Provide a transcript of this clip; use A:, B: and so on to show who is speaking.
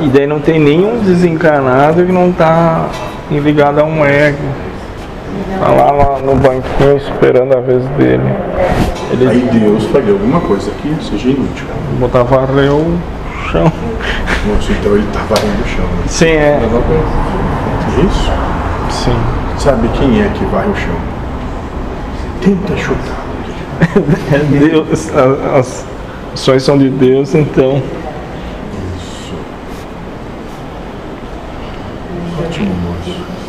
A: E daí não tem nenhum desencanado que não tá ligado a um egg. Tá lá, lá no banquinho esperando a vez dele.
B: Aí
A: Ele
B: Deus faria alguma coisa que seja inútil.
A: botava varrer o chão.
B: Nossa, então ele tá varrendo o chão. né?
A: Sim, é.
B: Isso?
A: Sim.
B: Sabe quem é que varre o chão? Tenta chutar.
A: É Deus. As, as ações são de Deus, então.